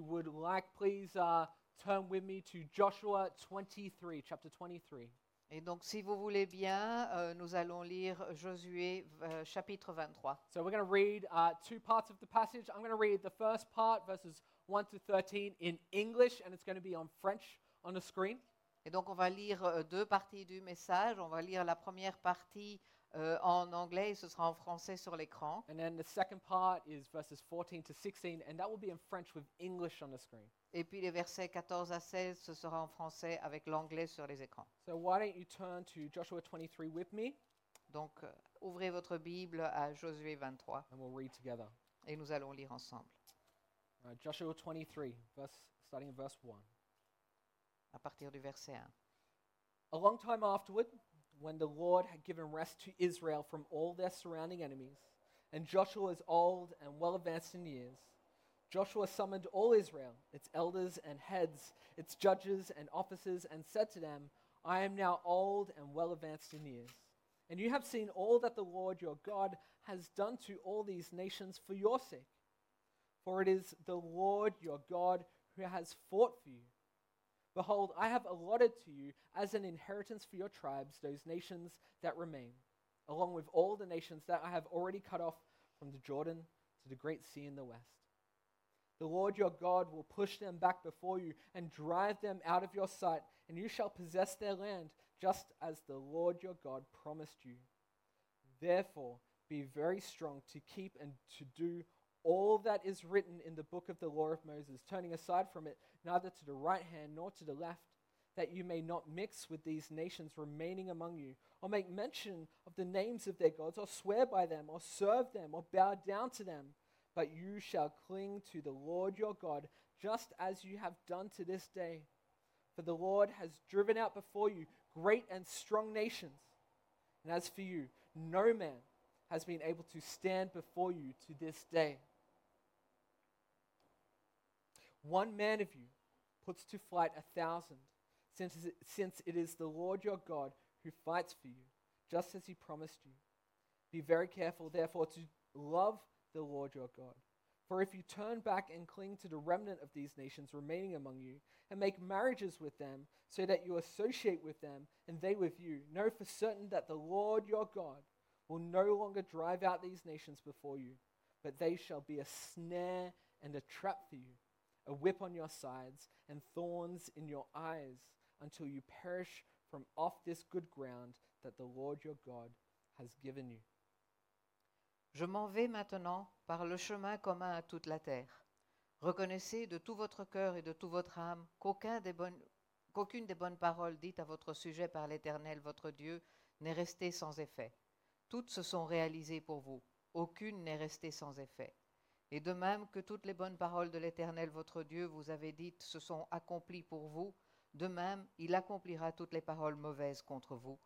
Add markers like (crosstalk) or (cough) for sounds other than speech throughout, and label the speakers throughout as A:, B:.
A: would like, please uh, turn with me to Joshua 23, chapter 23.
B: Et donc, si vous voulez bien, euh, nous allons lire Josué euh, chapitre 23.
A: So we're going to read uh, two parts of the passage. I'm going to read the first part, verses 1 to 13, in English, and it's going to be on French on the screen.
B: Et donc, on va lire euh, deux parties du message. On va lire la première partie euh, en anglais et ce sera en français sur l'écran.
A: And then the second part is verses 14 to 16, and that will be in French with English on the screen.
B: Et puis, les versets 14 à 16, ce sera en français avec l'anglais sur les écrans.
A: So why don't you turn to Joshua 23 with me,
B: Donc, euh, ouvrez votre Bible à Josué 23
A: and we'll read together.
B: et nous allons lire ensemble
A: Uh, Joshua 23, verse, starting in verse 1.
B: à partir du verset 1.
A: A long time afterward, when the Lord had given rest to Israel from all their surrounding enemies, and Joshua is old and well advanced in years, Joshua summoned all Israel, its elders and heads, its judges and officers, and said to them, I am now old and well advanced in years. And you have seen all that the Lord your God has done to all these nations for your sake. For it is the Lord your God who has fought for you. Behold, I have allotted to you as an inheritance for your tribes those nations that remain, along with all the nations that I have already cut off from the Jordan to the great sea in the west. The Lord your God will push them back before you and drive them out of your sight, and you shall possess their land, just as the Lord your God promised you. Therefore, be very strong to keep and to do all that is written in the book of the law of Moses, turning aside from it neither to the right hand nor to the left, that you may not mix with these nations remaining among you, or make mention of the names of their gods, or swear by them, or serve them, or bow down to them. But you shall cling to the Lord your God, just as you have done to this day. For the Lord has driven out before you great and strong nations. And as for you, no man has been able to stand before you to this day. One man of you puts to flight a thousand, since, since it is the Lord your God who fights for you, just as he promised you. Be very careful, therefore, to love the Lord your God. For if you turn back and cling to the remnant of these nations remaining among you, and make marriages with them, so that you associate with them, and they with you, know for certain that the Lord your God will no longer drive out these nations before you, but they shall be a snare and a trap for you, a whip on your sides, and thorns in your eyes, until you perish from off this good ground that the Lord your God has given you.
B: Je m'en vais maintenant par le chemin commun à toute la terre. Reconnaissez de tout votre cœur et de toute votre âme qu'aucun des bonnes- qu'aucune des bonnes paroles dites à votre sujet par l'Éternel votre Dieu n'est restée sans effet. Toutes se sont réalisées pour vous, aucune n'est restée sans effet. Et de même que toutes les bonnes paroles de l'Éternel votre Dieu vous avez dites se sont accomplies pour vous, de même il accomplira toutes les paroles mauvaises contre vous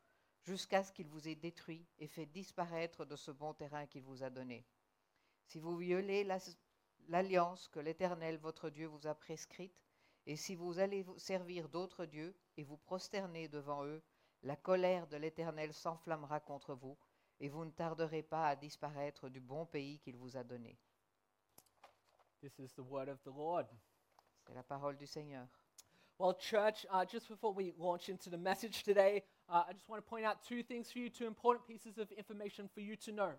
B: jusqu'à ce qu'il vous ait détruit et fait disparaître de ce bon terrain qu'il vous a donné. Si vous violez la- l'alliance que l'Éternel, votre Dieu, vous a prescrite, et si vous allez vous servir d'autres dieux et vous prosterner devant eux, la colère de l'Éternel s'enflammera contre vous, et vous ne tarderez pas à disparaître du bon pays qu'il vous a donné.
A: This is the word of the Lord.
B: C'est la parole du Seigneur.
A: Well, church, uh, just before we launch into the message today, uh, I just want to point out two things for you, two important pieces of information for you to know.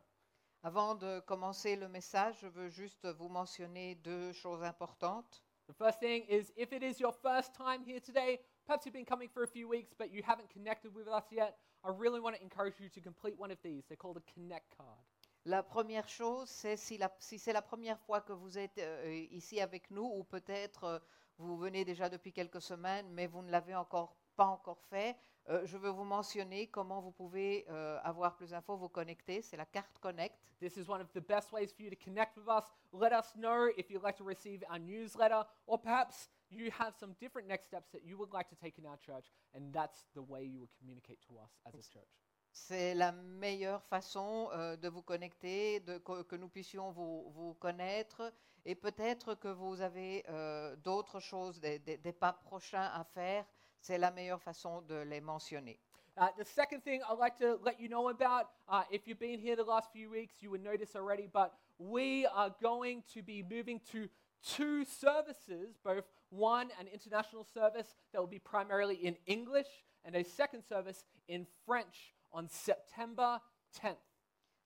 B: Avant de commencer le message, je veux juste vous mentionner deux choses importantes.
A: The first thing is if it is your first time here today, perhaps you've been coming for a few weeks but you haven't connected with us yet, I really want to encourage you to complete one of these. They're called a Connect card.
B: La première chose, c'est si, la- si c'est la première fois que vous êtes euh, ici avec nous, ou peut-être euh, vous venez déjà depuis quelques semaines, mais vous ne l'avez encore pas encore fait, euh, je veux vous mentionner comment vous pouvez euh, avoir plus d'infos, vous connecter. C'est la carte Connect.
A: This is one of the best ways for you to connect with us. Let us know if you'd like to receive our newsletter or perhaps you have some different next steps that you would like to take in our church, and that's the way you will communicate to us as a church.
B: C'est la meilleure façon euh, de vous connecter, de, que, que nous puissions vous, vous connaître. Et peut-être que vous avez euh, d'autres choses, des- des- des pas prochains à faire. C'est la meilleure façon de les mentionner.
A: Uh, the second thing I'd like to let you know about, uh, if you've been here the last few weeks, you would notice already, but we are going to be moving to two services, both one an international service that will be primarily in English and a second service in French on September 10th.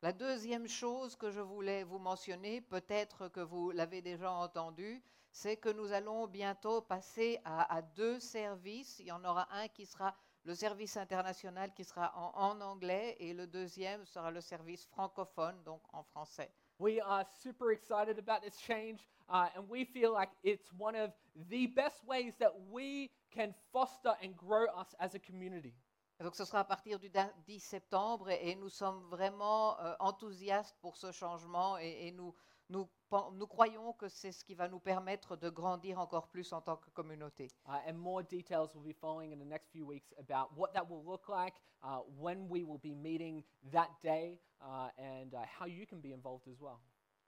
B: La deuxième chose que je voulais vous mentionner, peut-être que vous l'avez déjà entendu, c'est que nous allons bientôt passer à, à deux services. Il y en aura un qui sera le service international qui sera en, en anglais et le deuxième sera le service francophone, donc en français.
A: We are super excited about this change, uh, and we feel like it's one of the best ways that we can foster and grow us as a community.
B: Et Donc ce sera à partir du da- 10 septembre et, et nous sommes vraiment euh, enthousiastes pour ce changement et, et nous, nous, pen- nous croyons que c'est ce qui va nous permettre de grandir encore plus en tant que communauté.
A: Uh, and more details will be following in the next few weeks about what that will look like, uh, when we will be meeting that day, uh, and uh, how you can be involved as well.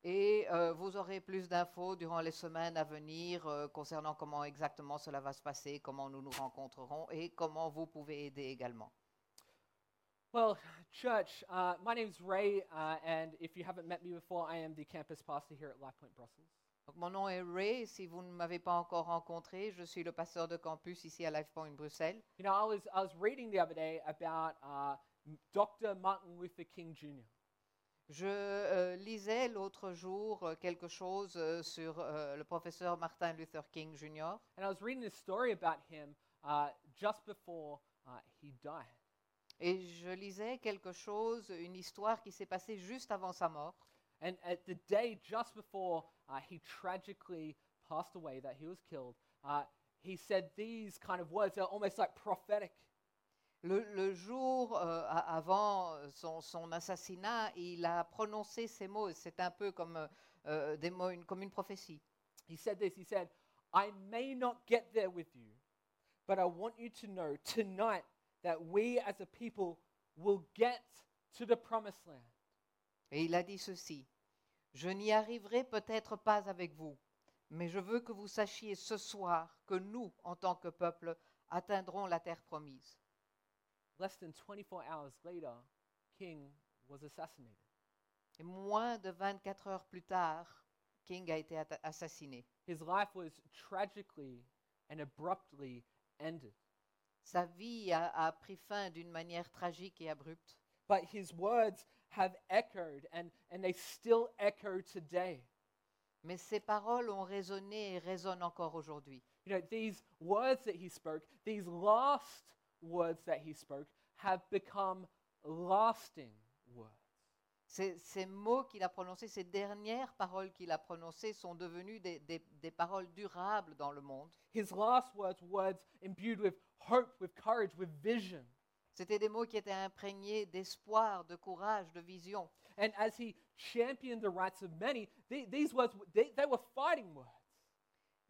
B: Et euh, vous aurez plus d'infos durant les semaines à venir euh, concernant comment exactement cela va se passer, comment nous nous rencontrerons et comment vous pouvez aider également.
A: Well, church, uh, my name's Ray, uh, and if you haven't met me before, I am the campus pastor here at Life Point Brussels.
B: Donc, mon nom est Ray, si vous ne m'avez pas encore rencontré, je suis le pasteur de campus ici à LifePoint Bruxelles.
A: You know, I was, I was reading the other day about uh, m- Dr. Martin Luther King Jr.
B: Je euh, lisais l'autre jour euh, quelque chose euh, sur euh, le professeur Martin Luther King Jr.
A: And I was reading this story about him uh, just before uh, he died.
B: et je lisais quelque chose, une histoire qui s'est passée juste avant sa mort.
A: And at the day just before uh, he tragically passed away, that he was killed, uh, he said these kind of words. They're almost like prophetic.
B: Le, le jour euh, a- avant euh, son, son assassinat, il a prononcé ces mots. C'est un peu comme, euh, euh, des mots, une, comme une prophétie.
A: He said this. He said, I may not get there with you, but I want you to know tonight that we as a people will get to the promised land.
B: Et il a dit ceci. Je n'y arriverai peut-être pas avec vous, mais je veux que vous sachiez ce soir que nous, en tant que peuple, atteindrons la terre promise.
A: Less than 24 hours later, King was assassinated.
B: Et moins de 24 heures plus tard, King a été atta- assassiné.
A: His life was tragically and abruptly ended.
B: Sa vie a- a pris fin d'une manière tragique et abrupte.
A: But his words have echoed and, and they still echo today.
B: Mais ces paroles ont résonné et résonnent encore aujourd'hui.
A: You know, these words that he spoke, these last words that he spoke, have become lasting words.
B: Ces, ces mots qu'il a prononcés, ces dernières paroles qu'il a prononcées sont devenues des, des- des paroles durables dans le monde.
A: His last words, words imbued with hope, with courage, with vision.
B: C'était des mots qui étaient imprégnés d'espoir, de courage, de vision.
A: And as he championed the rights of many, the- these words, they, they were fighting words.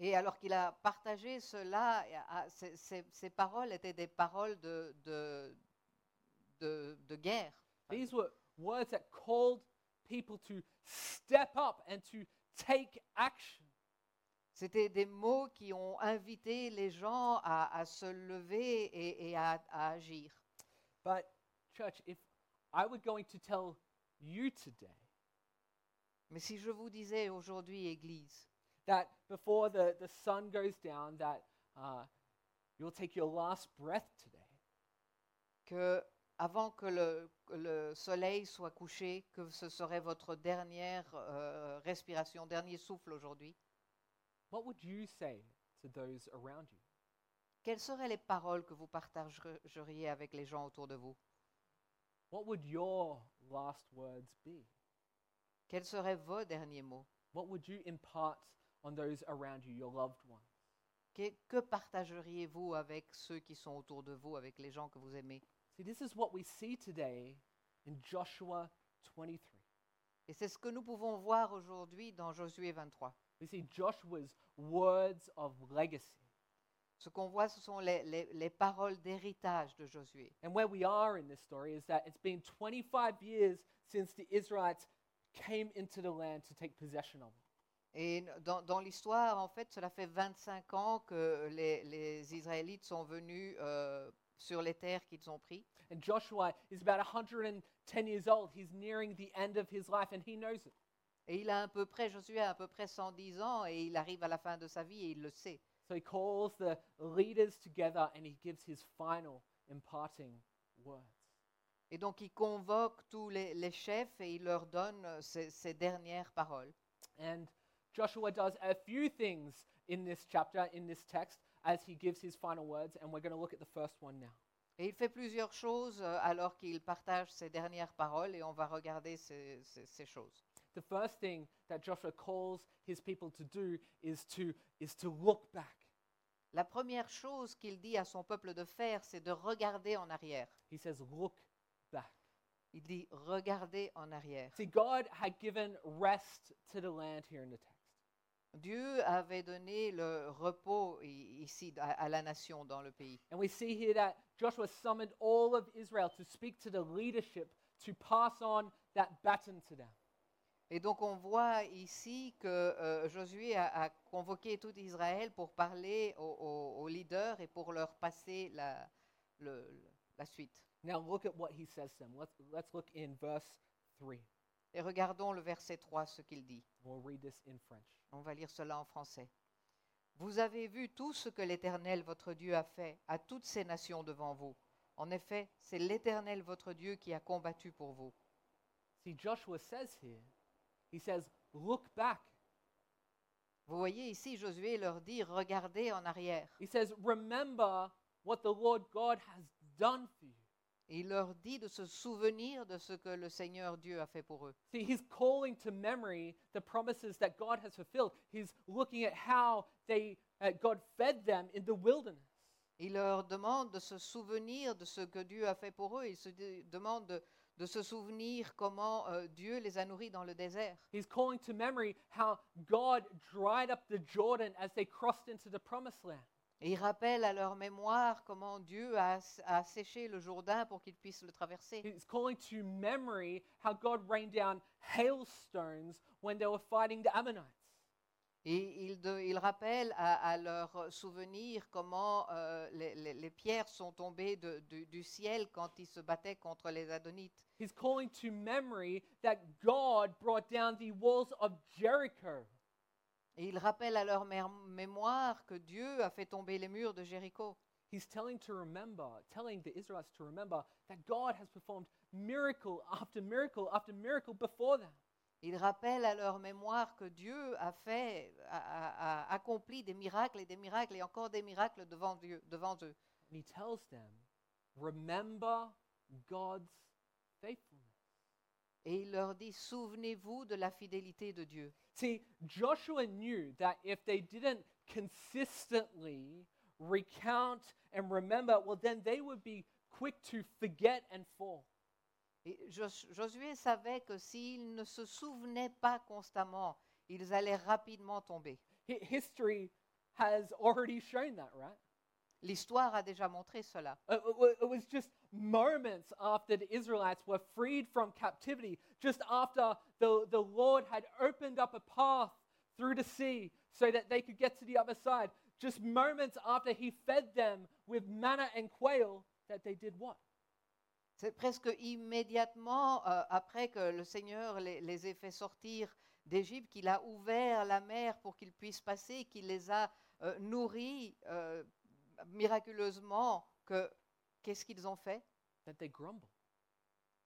B: Et alors qu'il a partagé cela, et a- a- ces, ces- ces paroles étaient des paroles de, de- de- de guerre.
A: These were words that called people to step up and to take action.
B: C'était des mots qui ont invité les gens à, à se lever et, et à- à agir.
A: But, church, if I were going to tell you today
B: Mais si je vous disais aujourd'hui, Église,
A: that before the, the sun goes down, that uh, you'll take your last breath today,
B: que avant que le, que le soleil soit couché, que ce serait votre dernière euh, respiration, dernier souffle aujourd'hui,
A: what would you say to those around you?
B: quelles seraient les paroles que vous partageriez avec les gens autour de vous
A: What would your last words be?
B: Quels seraient vos derniers mots
A: What would you impart on those around you, your loved ones?
B: que, que partageriez-vous avec ceux qui sont autour de vous, avec les gens que vous aimez
A: See, this is what we see today in Joshua 23.
B: Et c'est ce que nous pouvons voir aujourd'hui dans Josué 23.
A: We see Joshua's words of legacy.
B: Ce qu'on voit, ce sont les- les- les paroles d'héritage de Josué.
A: And where we are in this story is that it's been 25 years since the Israelites came into the land to take possession of it.
B: Et n- dans, dans l'histoire, en fait, cela fait 25 ans que les, les Israélites sont venus euh, sur les terres qu'ils ont prises.
A: And Joshua is about 110 years old. He's nearing the end of his life, and he knows it.
B: Et il a à peu près, Josué a à peu près 110 ans et il arrive à la fin de sa vie et il le sait.
A: So he calls the leaders together and he gives his final imparting words.
B: Et donc il convoque tous les, les chefs et il leur donne euh, ces, ces dernières paroles.
A: And Joshua does a few things in this chapter, in this text, as he gives his final words, and we're going to look at the first one now.
B: Et il fait plusieurs choses euh, alors qu'il partage ces dernières paroles et on va regarder ces- ces- ces choses.
A: The first thing that Joshua calls his people to do is to, is to look back.
B: La première chose qu'il dit à son peuple de faire, c'est de regarder en arrière.
A: He says, Look back.
B: Il dit regarder en arrière.
A: See, God had given rest to the land here in the text.
B: Dieu avait donné le repos i- ici à, à la nation dans le pays.
A: And we see here that Joshua summoned all of Israel to speak to the leadership to pass on that baton to them.
B: Et donc on voit ici que euh, Josué a, a convoqué tout Israël pour parler aux, aux- aux leaders et pour leur passer la, le- le- la suite.
A: Now look at what he says to them. Let's, let's look in verse 3.
B: Et regardons le verset 3, ce qu'il dit.
A: We'll read this in French.
B: On va lire cela en français. Vous avez vu tout ce que l'Éternel votre Dieu a fait à toutes ces nations devant vous. En effet, c'est l'Éternel votre Dieu qui a combattu pour vous.
A: See, Joshua says here, he says, Look back.
B: Vous voyez ici, Josué leur dit, regardez en arrière.
A: He says, Remember what the Lord God has done for you.
B: Et il leur dit de se souvenir de ce que le Seigneur Dieu a fait pour eux.
A: See, he's calling to memory the promises that God has fulfilled. He's looking at how they, uh, God fed them in the wilderness.
B: Il leur demande de se souvenir de ce que Dieu a fait pour eux. Il se dé- demande de, de se souvenir comment euh, Dieu les a nourris dans le désert.
A: He's calling to memory how God dried up the Jordan as they crossed into the promised land.
B: Et il rappelle à leur mémoire comment Dieu a, ass- a asséché le Jourdain pour qu'ils puissent le traverser.
A: He's calling to memory how God rained down hailstones when they were fighting the Ammonites.
B: Et il, de- il rappelle à, à leur souvenir comment euh, les, les- les pierres sont tombées de- du- du ciel quand ils se battaient contre les Adonites.
A: He's calling to memory that God brought down the walls of Jericho.
B: Et il rappelle à leur mé- mémoire que Dieu a fait tomber les murs de Jéricho.
A: He's telling to remember, telling the Israelites to remember that God has performed miracle after miracle after miracle before them.
B: Il rappelle à leur mémoire que Dieu a fait, a, a- a accompli des miracles et des miracles et encore des miracles devant, Dieu, devant eux.
A: And he tells them, remember God's faithfulness.
B: Et il leur dit, souvenez-vous de la fidélité de Dieu.
A: See, Joshua knew that if they didn't consistently recount and remember, well, then they would be quick to forget and fall.
B: Et Jos- Josué savait que s'ils ne se souvenaient pas constamment, ils allaient rapidement tomber.
A: Hi- history has already shown that, right?
B: L'histoire a déjà montré cela.
A: Uh, It, wa- it was just moments after the Israelites were freed from captivity, just after the, the Lord had opened up a path through the sea so that they could get to the other side, just moments after he fed them with manna and quail, that they did what?
B: C'est presque immédiatement euh, après que le Seigneur les, les ait fait sortir d'Égypte, qu'il a ouvert la mer pour qu'ils puissent passer, qu'il les a euh, nourris euh, miraculeusement, que qu'est-ce qu'ils ont fait
A: That they grumble,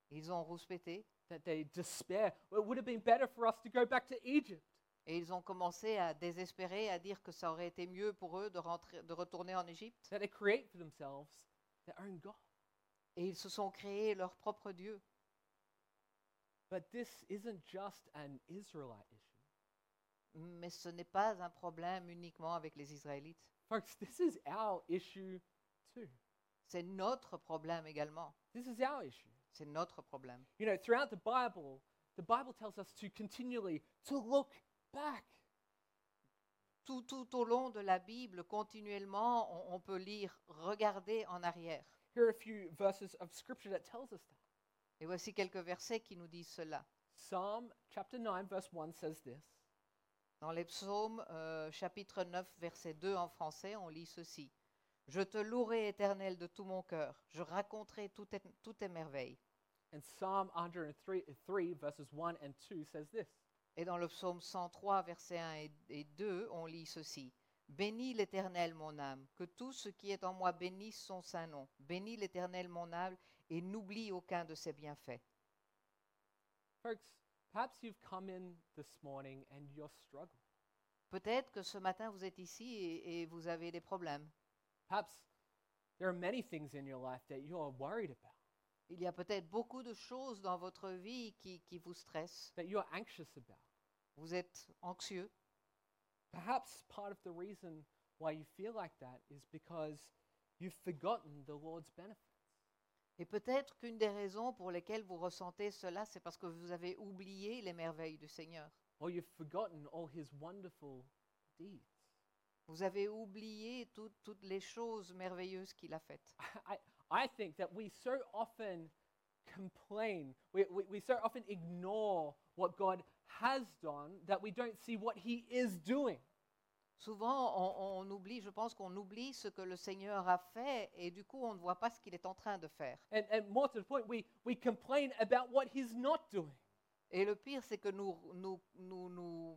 B: Ils ont rouspété
A: that they despair. Well, it would have been better for us to go back to Egypt.
B: et ils ont commencé à désespérer, à dire que ça aurait été mieux pour eux de, rentrer, de retourner en Égypte.
A: That they create for themselves their own God.
B: Et ils se sont créés leur propre Dieu.
A: But this isn't just an Israelite issue.
B: Mais ce n'est pas un problème uniquement avec les Israélites,
A: Folks, this is our issue too.
B: c'est notre problème également.
A: This is our issue.
B: C'est notre problème.
A: You know, throughout the Bible, the Bible tells us to continually to look back.
B: tout, tout au long de la Bible, continuellement, on, on peut lire Regardez en arrière.
A: Here are a few verses of scripture that tells us that.
B: Et voici quelques versets qui nous disent cela.
A: Psalm chapter 9 verse 1 says this.
B: Dans les psaumes, euh, chapitre 9, verset 2 en français, on lit ceci. Je te louerai, Éternel, de tout mon cœur. Je raconterai toutes tes, toutes tes merveilles.
A: And Psalm 103 3 verses 1 and 2 says this.
B: Et dans le psaume 103, versets 1 et- et 2, on lit ceci. Bénis l'Éternel, mon âme, que tout ce qui est en moi bénisse son saint nom. Bénis l'Éternel, mon âme, et n'oublie aucun de ses bienfaits.
A: Folks, perhaps you've come in this morning and you're struggling.
B: Peut-être que ce matin, vous êtes ici et, et vous avez des problèmes.
A: Perhaps there are many things in your life that you are worried about,
B: Il y a peut-être beaucoup de choses dans votre vie qui, qui vous stressent.
A: that you are anxious about.
B: Vous êtes anxieux.
A: Perhaps part of the reason why you feel like that is because you've forgotten the Lord's benefits.
B: Et peut-être qu'une des raisons pour lesquelles vous ressentez cela, c'est parce que vous avez oublié les merveilles du Seigneur.
A: or you've forgotten all his wonderful deeds. (laughs)
B: Vous avez oublié tout- toutes les choses merveilleuses qu'il a faites.
A: I, I think that we so often complain, we, we, we so often ignore what God has done that we don't see what he is doing.
B: Souvent, on, on oublie, je pense qu'on oublie ce que le Seigneur a fait et du coup, on ne voit pas ce qu'il est en train de faire.
A: And, and more to the point, we, we complain about what he's not doing.
B: Et le pire, c'est que nous nous, nous, nous,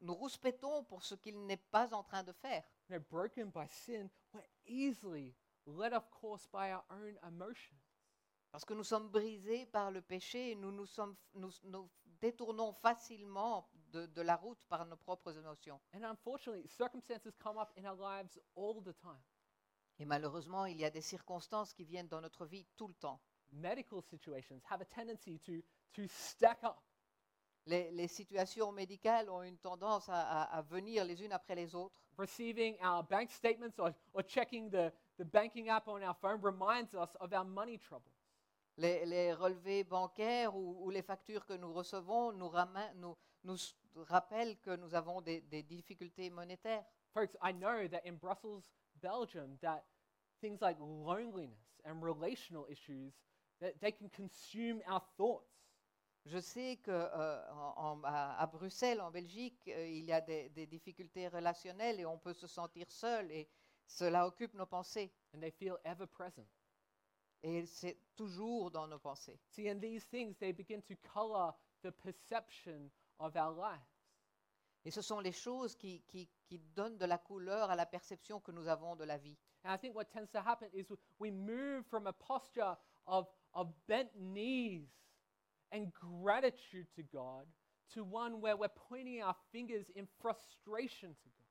B: nous rouspétons pour ce qu'il n'est pas en train de faire.
A: You know, broken by sin, we're easily led off course by our own emotion.
B: Parce que nous sommes brisés par le péché et nous nous, sommes, nous, nous détournons facilement de, de la route par nos propres émotions.
A: And unfortunately, circumstances come up in our lives all the time.
B: Et malheureusement, il y a des circonstances qui viennent dans notre vie tout le temps.
A: Medical situations have a tendency to, to stack up.
B: Les, les situations médicales ont une tendance à, à- à venir les unes après les autres.
A: receiving our bank statements or, or checking the, the banking app on our phone reminds us of our money troubles.
B: Les, les relevés bancaires ou, ou les factures que nous recevons nous, ramè- nous, nous s- rappellent que nous avons des- des difficultés monétaires.
A: Folks, I know that in Brussels, Belgium, that things like loneliness and relational issues, that they can consume our thoughts.
B: Je sais que euh, en- en- à, à Bruxelles, en Belgique, euh, il y a des, des difficultés relationnelles et on peut se sentir seul et cela occupe nos pensées
A: And they feel ever present.
B: et c'est toujours dans nos pensées.
A: See, and these things, they begin to color the perception of our lives.
B: Et ce sont les choses qui, qui- qui donnent de la couleur à la perception que nous avons de la vie.
A: And I think what tends to happen is w- we move from a posture of, of bent knees and gratitude to God to one where we're pointing our fingers in frustration to God.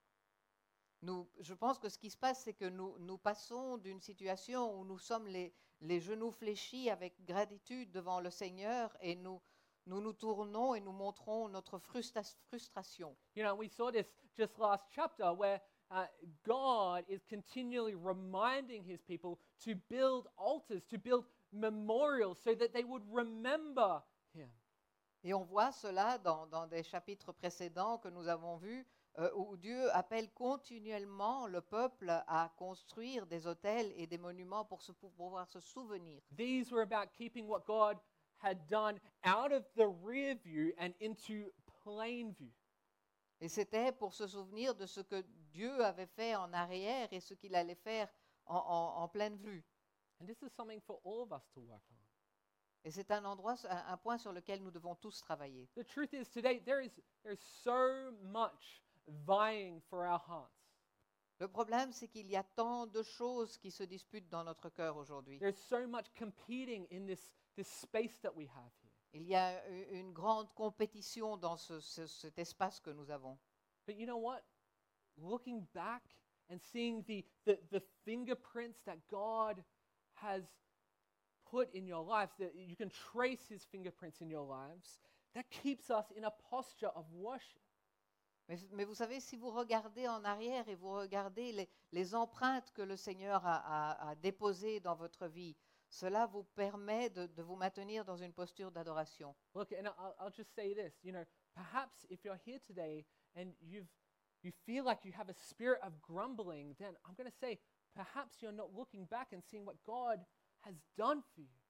B: Nous- je pense que ce qui se passe, c'est que nous, nous passons d'une situation où nous sommes les, les genoux fléchis avec gratitude devant le Seigneur et nous nous, nous tournons et nous montrons notre frustas- frustration.
A: You know, we saw this just last chapter where uh, God is continually reminding his people to build altars, to build memorials so that they would remember him.
B: Et on voit cela dans, dans des chapitres précédents que nous avons vus, euh, où Dieu appelle continuellement le peuple à construire des hôtels et des monuments pour, se, pour pouvoir se souvenir.
A: These were about keeping what God had done out of the rear view and into plain view.
B: Et c'était pour se souvenir de ce que Dieu avait fait en arrière et ce qu'il allait faire en, en- en pleine vue.
A: And this is something for all of us to work on.
B: Et c'est un endroit, un, un point sur lequel nous devons tous travailler.
A: The truth is, today there is there's so much vying for our hearts.
B: Le problème, c'est qu'il y a tant de choses qui se disputent dans notre cœur aujourd'hui.
A: There's so much competing in this, this space that we have here.
B: Il y a u- une grande compétition dans ce- ce- cet espace que nous avons.
A: But you know what? Looking back and seeing the, the, the fingerprints that God has put in your lives, that you can trace his fingerprints in your lives, that keeps us in a posture of worship.
B: Mais, mais vous savez, si vous regardez en arrière et vous regardez les, les empreintes que le Seigneur a, a- a déposées dans votre vie, cela vous permet de, de vous maintenir dans une posture d'adoration.
A: Look, and I'll, I'll just say this, you know, perhaps if you're here today and you've you feel like you have a spirit of grumbling, then I'm going to say perhaps you're not looking back and seeing what God has done for you.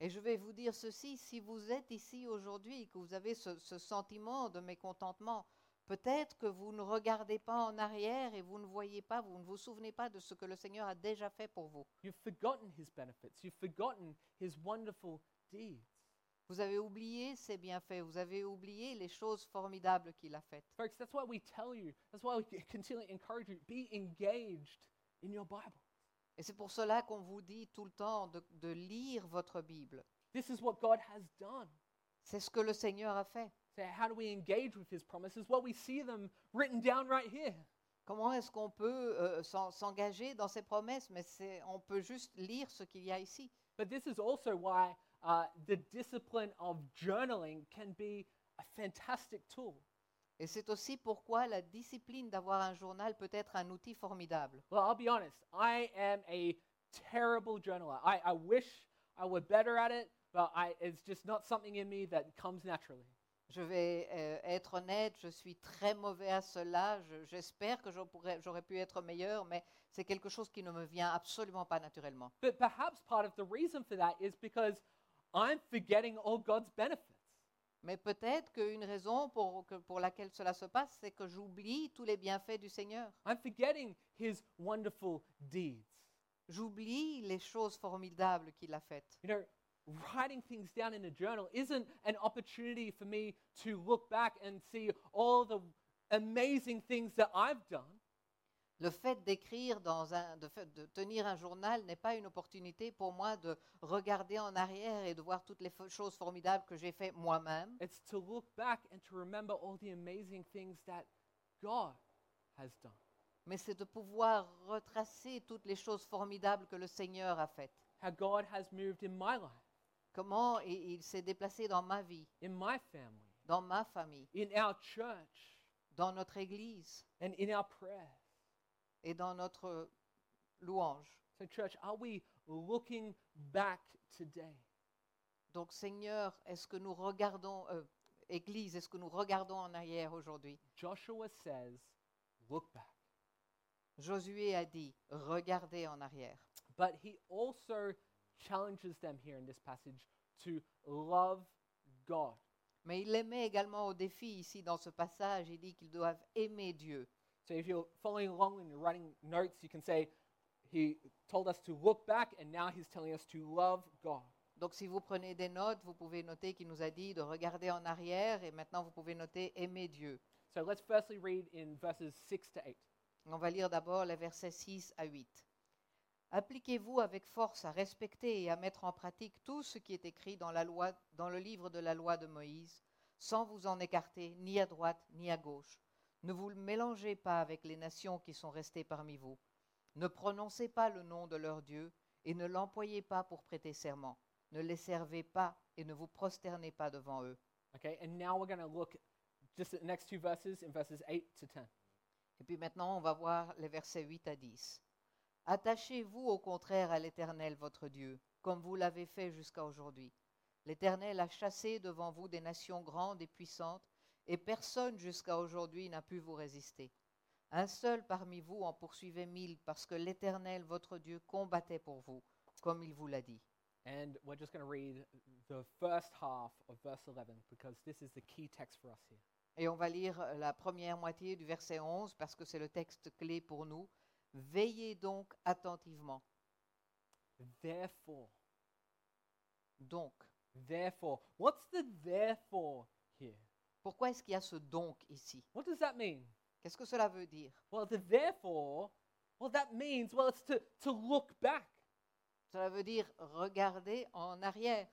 B: Et je vais vous dire ceci, si vous êtes ici aujourd'hui et que vous avez ce, ce sentiment de mécontentement, peut-être que vous ne regardez pas en arrière et vous ne voyez pas, vous ne vous souvenez pas de ce que le Seigneur a déjà fait pour vous.
A: You've forgotten his benefits. You've forgotten his wonderful deeds.
B: Vous avez oublié ses bienfaits, vous avez oublié les choses formidables qu'il a faites.
A: Folks, that's why we tell you, that's why we continually encourage you be engaged in your Bible.
B: Et c'est pour cela qu'on vous dit tout le temps de, de lire votre Bible.
A: This is what God has done.
B: C'est ce que le Seigneur a fait.
A: So, how do we engage with His promises? Well, we see them written down right here.
B: Comment est-ce qu'on peut euh, s'en- s'engager dans ses promesses Mais c'est- on peut juste lire ce qu'il y a ici.
A: But this is also why uh, the discipline of journaling can be a fantastic tool.
B: Et c'est aussi pourquoi la discipline d'avoir un journal peut être un outil formidable.
A: Well, I'll be honest, I am a terrible journaler. I, I wish I were better at it, but I, it's just not something in me that comes naturally.
B: Je vais euh, être honnête, je suis très mauvais à cela. Je- J'espère que je pourrais- j'aurais pu être meilleur, mais c'est quelque chose qui ne me vient absolument pas naturellement.
A: But perhaps part of the reason for that is because I'm forgetting all God's benefits.
B: Mais peut-être qu'une raison pour, que- pour laquelle cela se passe, c'est que j'oublie tous les bienfaits du Seigneur.
A: I'm forgetting His wonderful deeds.
B: J'oublie les choses formidables qu'il a faites.
A: You know, writing things down in a journal isn't an opportunity for me to look back and see all the amazing things that I've done.
B: Le fait d'écrire, dans un, de, fait- de tenir un journal n'est pas une opportunité pour moi de regarder en arrière et de voir toutes les fo- choses formidables que j'ai faites moi-même.
A: It's to look back and to remember all the amazing things that God has done.
B: mais c'est de pouvoir retracer toutes les choses formidables que le Seigneur a faites.
A: How God has moved in my life,
B: Comment i- il s'est déplacé dans ma vie,
A: in my family,
B: dans ma famille,
A: in our church,
B: dans notre Église
A: and in our prayer.
B: et dans notre louange.
A: So, church, are we looking back today?
B: Donc Seigneur, est-ce que nous regardons, euh, Église, est-ce que nous regardons en arrière aujourd'hui
A: Joshua says, look back.
B: Josué a dit, regardez en arrière.
A: But he also challenges them here in this passage to love God.
B: Mais il les met également au défi ici dans ce passage. Il dit qu'ils doivent aimer Dieu.
A: So, if you're following along and you're writing notes, you can say, He told us to look back, and now he's telling us to love God.
B: Donc si vous prenez des notes, vous pouvez noter qu'il nous a dit de regarder en arrière et maintenant vous pouvez noter aimer Dieu.
A: So, let's firstly read in verses 6 to 8.
B: On va lire d'abord les versets 6 à 8. Appliquez-vous avec force à respecter et à mettre en pratique tout ce qui est écrit dans, la loi, dans le livre de la loi de Moïse, sans vous en écarter ni à droite ni à gauche. Ne vous mélangez pas avec les nations qui sont restées parmi vous. Ne prononcez pas le nom de leur Dieu et ne l'employez pas pour prêter serment. Ne les servez pas et ne vous prosternez pas devant eux.
A: Okay, and now we're going to look just at the next two verses in verses 8 to 10.
B: Et puis maintenant, on va voir les versets 8 à 10. Attachez-vous au contraire à l'Éternel votre Dieu, comme vous l'avez fait jusqu'à aujourd'hui. L'Éternel a chassé devant vous des nations grandes et puissantes, et personne jusqu'à aujourd'hui n'a pu vous résister. Un seul parmi vous en poursuivait mille, parce que l'Éternel votre Dieu combattait pour vous, comme il vous l'a dit.
A: And we're just going to read the first half of verse 11 because this is the key text for us here.
B: Et on va lire la première moitié du verset 11 parce que c'est le texte clé pour nous. Veillez donc attentivement.
A: Therefore,
B: Donc,
A: therefore. What's the therefore here?
B: Pourquoi est-ce qu'il y a ce donc ici
A: What does that mean?
B: Qu'est-ce que cela veut dire
A: Well, the therefore, well, that means, well, it's to, to look back.
B: Cela veut dire regarder en arrière,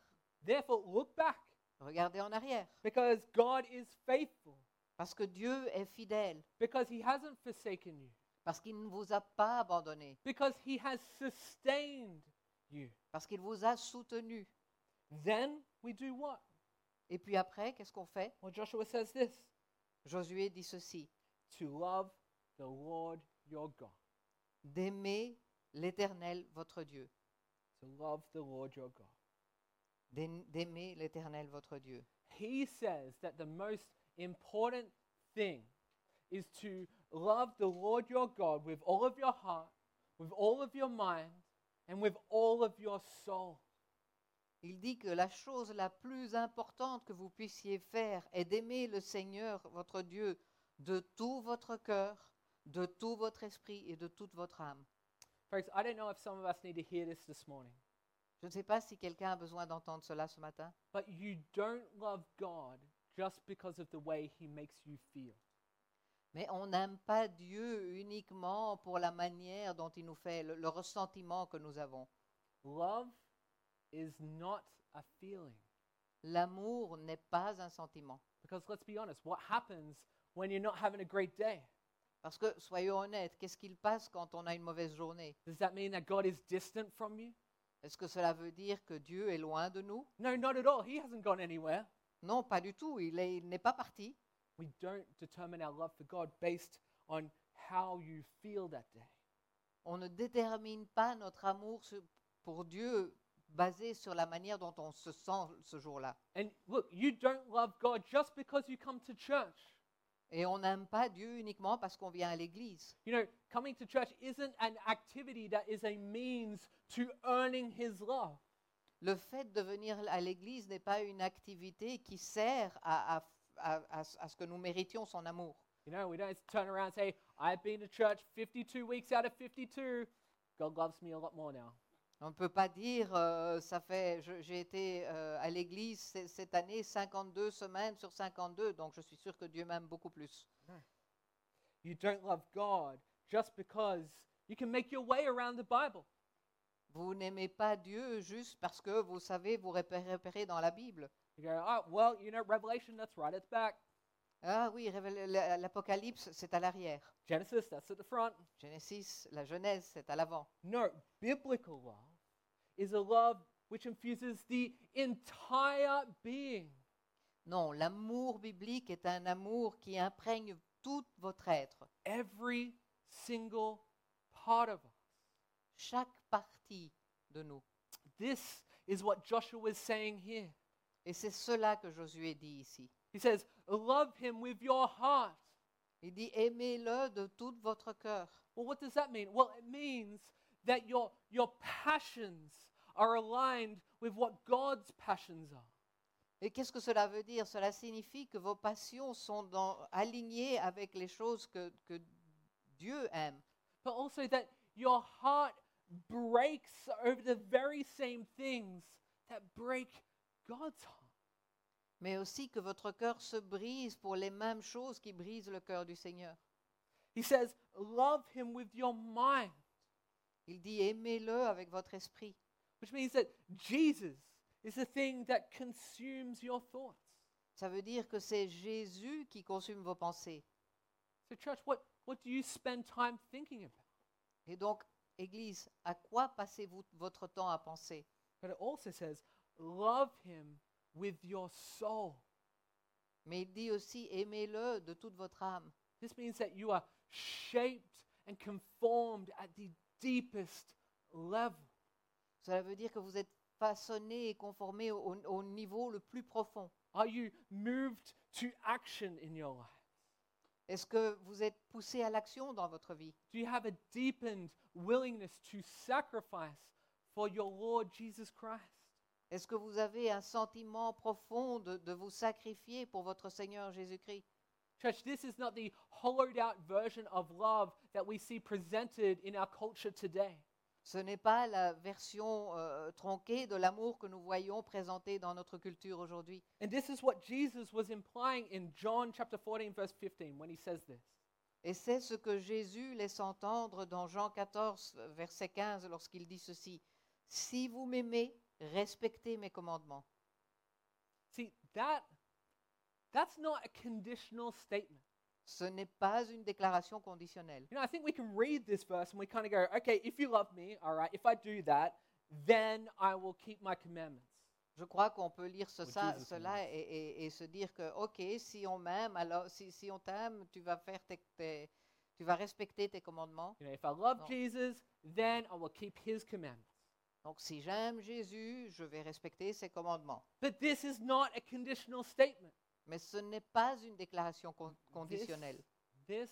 A: Therefore, look back
B: regarder en arrière,
A: because God is faithful,
B: parce que Dieu est fidèle,
A: because he hasn't forsaken you,
B: parce qu'il ne vous a pas abandonné,
A: because he has sustained you.
B: parce qu'il vous a soutenu.
A: Then we do what?
B: Et puis après, qu'est-ce qu'on fait
A: Well, Joshua says this
B: Josué dit ceci,
A: to love the Lord your God.
B: d'aimer l'Éternel votre Dieu,
A: To love the Lord your God.
B: d'aim- d'aimer l'Éternel votre Dieu.
A: He says that the most important thing is to love the Lord your God with all of your heart, with all of your mind, and with all of your soul.
B: Il dit que la chose la plus importante que vous puissiez faire est d'aimer le Seigneur, votre Dieu, de tout votre cœur, de tout votre esprit et de toute votre âme.
A: Folks, I don't know if some of us need to hear this this morning,
B: Je Je ne sais pas si quelqu'un a besoin d'entendre cela ce matin,
A: But you don't love God just because of the way he makes you feel.
B: mais on n'aime pas Dieu uniquement pour la manière dont il nous fait, le, le ressentiment que nous avons.
A: Love is not a feeling.
B: L'amour n'est pas un sentiment.
A: Because let's be honest, what happens when you're not having a great day?
B: Parce que, soyons honnêtes, qu'est-ce qu'il passe quand on a une mauvaise journée
A: Does that mean that God is distant from you?
B: Est-ce que cela veut dire que Dieu est loin de nous
A: No, not at all. He hasn't gone anywhere.
B: Non, pas du tout. Il est- il n'est pas parti.
A: We don't determine our love for God based on how you feel that day.
B: On ne détermine pas notre amour sur- pour Dieu basé sur la manière dont on se sent ce jour-là.
A: And look, you don't love God just because you come to church.
B: Et on n'aime pas Dieu uniquement parce qu'on vient à l'église.
A: You know, coming to church isn't an activity that is a means to earning his love.
B: Le fait de venir à l'église n'est pas une activité qui sert à, à- à- à ce- à ce que nous méritions son amour.
A: You know, we don't turn around and say, I've been to church 52 weeks out of 52. God loves me a lot more now.
B: On ne peut pas dire, euh, ça fait, je- j'ai été euh, à l'église c- cette année 52 semaines sur 52, donc je suis sûr que Dieu m'aime beaucoup plus.
A: You don't love God just because you can make your way around the Bible.
B: Vous n'aimez pas Dieu juste parce que vous savez vous repérer repérer dans la Bible.
A: You go, oh, well, you know, Revelation, that's right at the back.
B: Ah oui, Révél- la- l'Apocalypse, c'est à l'arrière.
A: Genesis, that's at the front.
B: Genesis, la Genèse, c'est à l'avant.
A: No, biblical love is a love which infuses the entire being.
B: Non, l'amour biblique est un amour qui imprègne tout votre être,
A: every single part of us.
B: chaque partie de nous.
A: This is what Joshua is saying here.
B: Et c'est cela que Josué dit ici.
A: He says, Love him with your heart.
B: Il dit aimez-le de tout votre cœur.
A: Well, what does that mean? Well, it means that your, your passions are aligned with what God's passions are.
B: Et qu'est-ce que cela veut dire Cela signifie que vos passions sont dans- alignées avec les choses que, que Dieu aime,
A: But also that your heart breaks over the very same things that break God's heart.
B: mais aussi que votre cœur se brise pour les mêmes choses qui brisent le cœur du Seigneur.
A: He says, Love him with your mind.
B: Il dit aimez-le avec votre esprit.
A: which means that Jesus is the thing that consumes your thoughts.
B: Ça veut dire que c'est Jésus qui consume vos pensées.
A: So, church, what, what do you spend time thinking about?
B: Et donc, Église, à quoi passez-vous votre temps à penser
A: But it also says, love him with your soul.
B: Mais il dit aussi aimez-le de toute votre âme.
A: This means that you are shaped and conformed at the deepest level.
B: Cela veut dire que vous êtes façonné et conformé au- au- au niveau le plus profond.
A: Are you moved to action in your life?
B: Est-ce que vous êtes poussé à l'action dans votre vie
A: Do you have a deepened willingness to sacrifice for your Lord Jesus Christ?
B: Est-ce que vous avez un sentiment profond de, de vous sacrifier pour votre Seigneur Jésus-Christ
A: Church, this is not the hollowed out version of love that we see presented in our culture today.
B: Ce n'est pas la version euh, tronquée de l'amour que nous voyons présenté dans notre culture aujourd'hui.
A: And this is what Jesus was implying in John chapter 14, verse 15, when he says this.
B: Et c'est ce que Jésus laisse entendre dans Jean 14, verset 15, lorsqu'il dit ceci. Si vous m'aimez, respectez mes commandements.
A: See, that that's not a conditional statement.
B: Ce n'est pas une déclaration conditionnelle.
A: You know, I think we can read this verse and we kind of go, okay, if you love me, all right, if I do that, then I will keep my commandments.
B: Je crois qu'on peut lire ce-
A: Ou
B: ça-
A: Jesus
B: cela et, et- et se dire que, OK, si on m'aime, alors si, si on t'aime, tu vas faire tes- tes- tu vas respecter tes commandements.
A: You know, if I love
B: No.
A: Jesus, then I will keep his commandments.
B: Donc, si j'aime Jésus, je vais respecter ses commandements.
A: But this is not a conditional statement.
B: Mais ce n'est pas une déclaration con-
A: This-
B: conditionnelle.
A: This,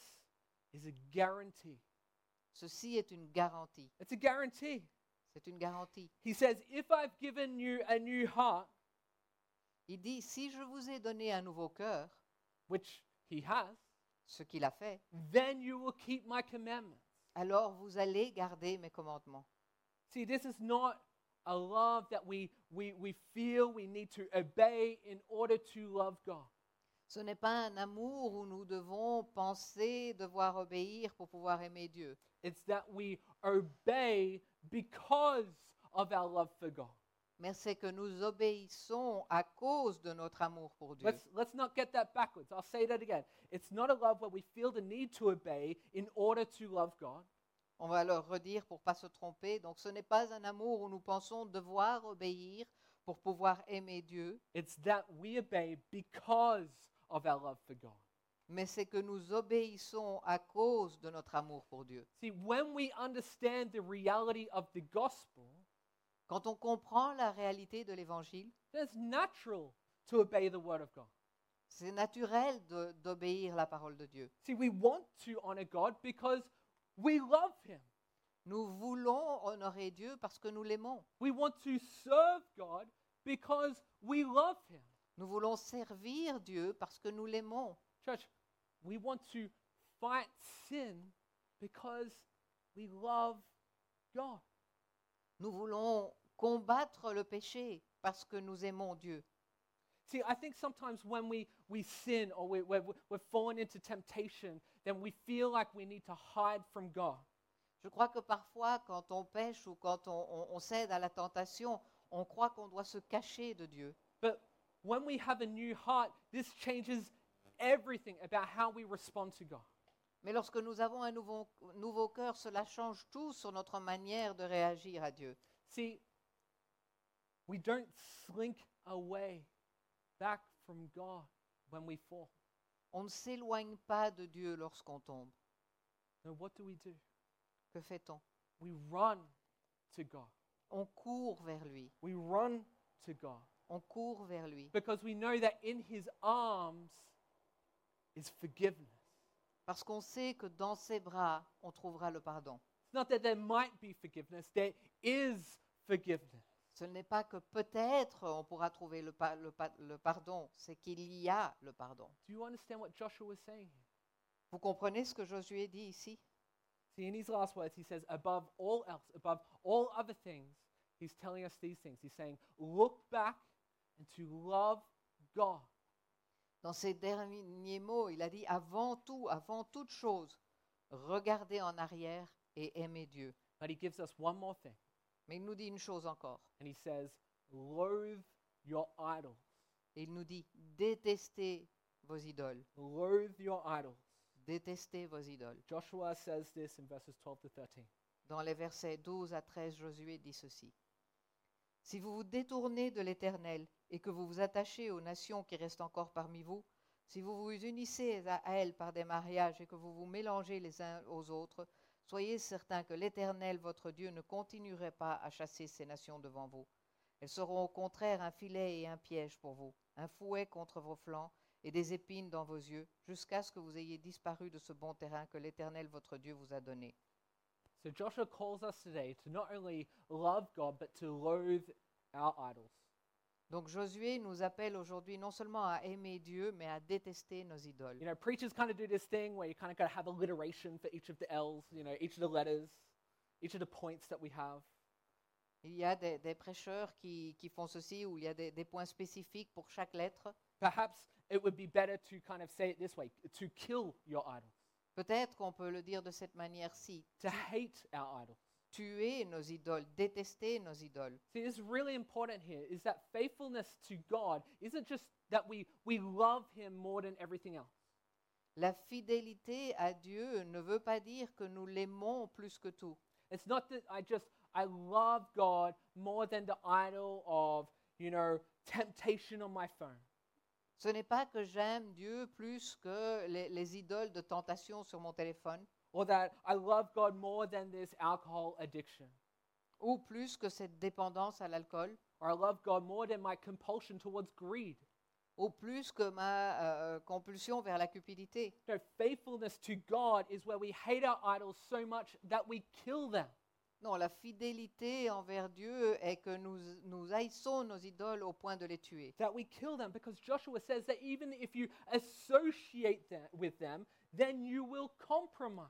A: is a guarantee.
B: Ceci est une garantie.
A: It's a guarantee.
B: C'est une garantie.
A: He says, If I've given you a new heart,
B: Il dit, si je vous ai donné un nouveau cœur,
A: which he has,
B: ce qu'il a fait,
A: then you will keep my commandments.
B: alors vous allez garder mes commandements.
A: See, this is not a love that we, we, we feel we need to obey in order to love God.
B: Ce n'est pas un amour où nous devons penser devoir obéir pour pouvoir aimer Dieu.
A: It's that we obey because of our love for God.
B: mais c'est que nous obéissons à cause de notre amour pour Dieu.
A: Let's, let's not get that backwards. I'll say that again. It's not a love where we feel the need to obey in order to love God.
B: On va leur redire pour pas se tromper. Donc ce n'est pas un amour où nous pensons devoir obéir pour pouvoir aimer Dieu,
A: It's that we obey because of our love for God.
B: mais c'est que nous obéissons à cause de notre amour pour Dieu.
A: See, when we understand the reality of the gospel,
B: Quand on comprend la réalité de l'Évangile,
A: then it's natural to obey the word of God.
B: c'est naturel de- d'obéir la parole de Dieu.
A: See, we want to honor God because we love Him.
B: Nous voulons honorer Dieu parce que nous l'aimons.
A: We want to serve God because we love Him.
B: Nous voulons servir Dieu parce que nous l'aimons.
A: Church, we want to fight sin because we love God.
B: Nous voulons combattre le péché parce que nous aimons Dieu.
A: See, I think sometimes when we, we sin or we, we're, we're fallen into temptation, then we feel like we need to hide from God.
B: Je crois que parfois, quand on pêche ou quand on, on- on cède à la tentation, on croit qu'on doit se cacher de Dieu.
A: But when we have a new heart, this changes everything about how we respond to God.
B: Mais lorsque nous avons un nouveau, nouveau cœur, cela change tout sur notre manière de réagir à Dieu.
A: See, we don't slink away back from God when we fall.
B: On ne s'éloigne pas de Dieu lorsqu'on tombe.
A: Now, what do we do?
B: Que fait-on
A: We run to God.
B: On court vers lui.
A: We run to God
B: On court vers lui.
A: because we know that in His arms is forgiveness.
B: Parce qu'on sait que dans ses bras, on trouvera le pardon.
A: It's not that there might be forgiveness, there is forgiveness.
B: Ce n'est pas que peut-être on pourra trouver le, pa- le pa- le pardon, c'est qu'il y a le pardon.
A: Do you understand what Joshua was saying here?
B: Vous comprenez ce que Josué dit ici
A: See, in these last words, he says, above all else, above all other things, he's telling us these things. He's saying, look back and to love God.
B: Dans ces derniers mots, il a dit avant tout, avant toute chose, regardez en arrière et aimez Dieu.
A: But he gives us one more thing,
B: Mais il nous dit une chose encore.
A: and he says, loathe your idols.
B: Il nous dit détestez vos idoles,
A: Loathe your idols.
B: détestez vos idoles.
A: Joshua says this in verses 12 to 13.
B: Dans les versets 12 à 13, Josué dit ceci. Si vous vous détournez de l'Éternel et que vous vous attachez aux nations qui restent encore parmi vous, si vous vous unissez à elles par des mariages et que vous vous mélangez les uns aux autres, soyez certains que l'Éternel, votre Dieu, ne continuerait pas à chasser ces nations devant vous. Elles seront au contraire un filet et un piège pour vous, un fouet contre vos flancs et des épines dans vos yeux, jusqu'à ce que vous ayez disparu de ce bon terrain que l'Éternel, votre Dieu, vous a donné.
A: So Joshua calls us today to not only love God, but to loathe our idols.
B: Donc Josué nous appelle aujourd'hui non seulement à aimer Dieu, mais à détester nos idoles.
A: You know, preachers kind of do this thing where you kind of got to have alliteration for each of the L's, you know, each of the letters, each of the points that we have.
B: Il y a des, des prêcheurs qui, qui font ceci, où il y a des, des points spécifiques pour chaque lettre.
A: Perhaps it would be better to kind of say it this way to kill your idols,
B: Peut-être qu'on peut le dire de cette manière-ci,
A: to hate our idols.
B: tuer nos idoles, détester nos idoles.
A: See, it's really important here is that faithfulness to God isn't just that we, we love Him more than everything else.
B: La fidélité à Dieu ne veut pas dire que nous l'aimons plus que tout.
A: It's not that I just, I love God more than the idol of, you know, temptation on my phone.
B: Ce n'est pas que j'aime Dieu plus que les, les idoles de tentation sur mon téléphone,
A: Or that I love God more than this alcohol addiction.
B: ou plus que cette dépendance à l'alcool.
A: Or I love God more than my compulsion towards greed.
B: au plus que ma euh, compulsion vers la cupidité.
A: No, faithfulness to God is where we hate our idols so much that we kill them.
B: Non, la fidélité envers Dieu est que nous, nous haïssons nos idoles au point de les tuer.
A: That we kill them because Joshua says that even if you associate them with them, then you will compromise.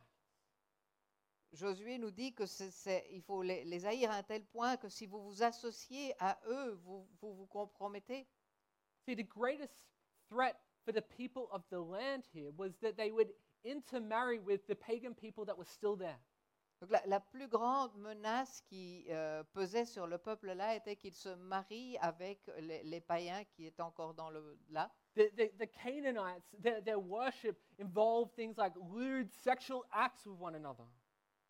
B: Josué nous dit que c'est- c'est- il faut les, les haïr à un tel point que si vous vous associez à eux, vous vous, vous compromettez.
A: See, the greatest threat for the people of the land here was that they would intermarry with the pagan people that were still there.
B: Donc la, la plus grande menace qui euh, pesait sur le peuple là était qu'il se marie avec les, les païens qui étaient encore dans le là.
A: The, the, the Canaanites, their, their worship involved things like lewd sexual acts with one another.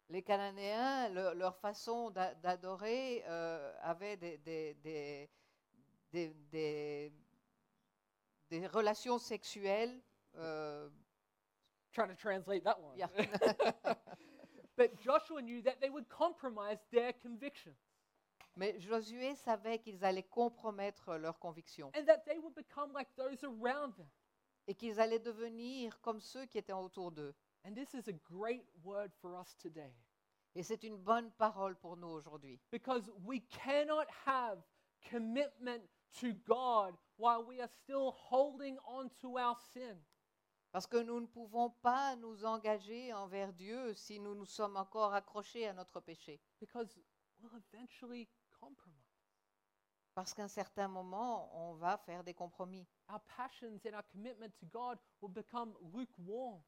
B: Les Cananéens, le- leur façon d'a- d'adorer euh, avait des, des- des- des- des- des relations sexuelles. euh,
A: Trying to translate that one.
B: yeah.
A: (laughs) But Joshua knew that they would compromise their convictions
B: Mais Josué savait qu'ils allaient compromettre leurs convictions
A: and that they would become like those around them.
B: et qu'ils allaient devenir comme ceux qui étaient autour d'eux.
A: And this is a great word for us today
B: Et c'est une bonne parole pour nous aujourd'hui.
A: because we cannot have commitment to God while we are still holding on to our sin.
B: Parce que nous ne pouvons pas nous engager envers Dieu si nous nous sommes encore accrochés à notre péché.
A: because we'll eventually compromise.
B: Parce qu'à un certain moment, on va faire des compromis.
A: Our passions and our commitment to God will become lukewarm.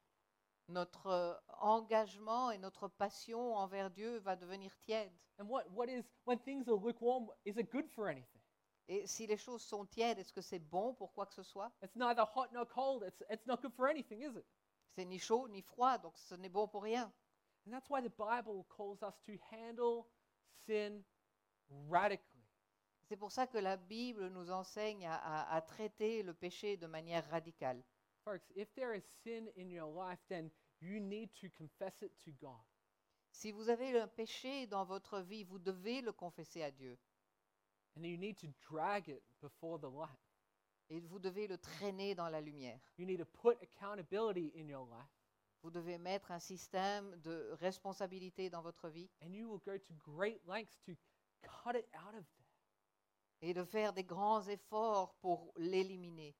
B: Notre euh, engagement et notre passion envers Dieu va devenir tiède.
A: And what, what is, when things are lukewarm, is it good for anything?
B: Et si les choses sont tièdes, est-ce que c'est bon pour quoi que ce soit
A: It's neither hot nor cold. It's, it's not good for anything, is it?
B: C'est ni chaud ni froid, donc ce n'est bon pour rien.
A: And that's why the Bible calls us to handle sin radically.
B: C'est pour ça que la Bible nous enseigne à, à- à traiter le péché de manière radicale.
A: Folks, if there is sin in your life, then you need to confess it to God.
B: Si vous avez un péché dans votre vie, vous devez le confesser à Dieu.
A: And you need to drag it before the light.
B: Et vous devez le traîner dans la lumière.
A: You need to put accountability in your life.
B: Vous devez mettre un système de responsabilité dans votre vie
A: and you will go to great lengths to cut it out of there.
B: et de faire des grands efforts pour l'éliminer.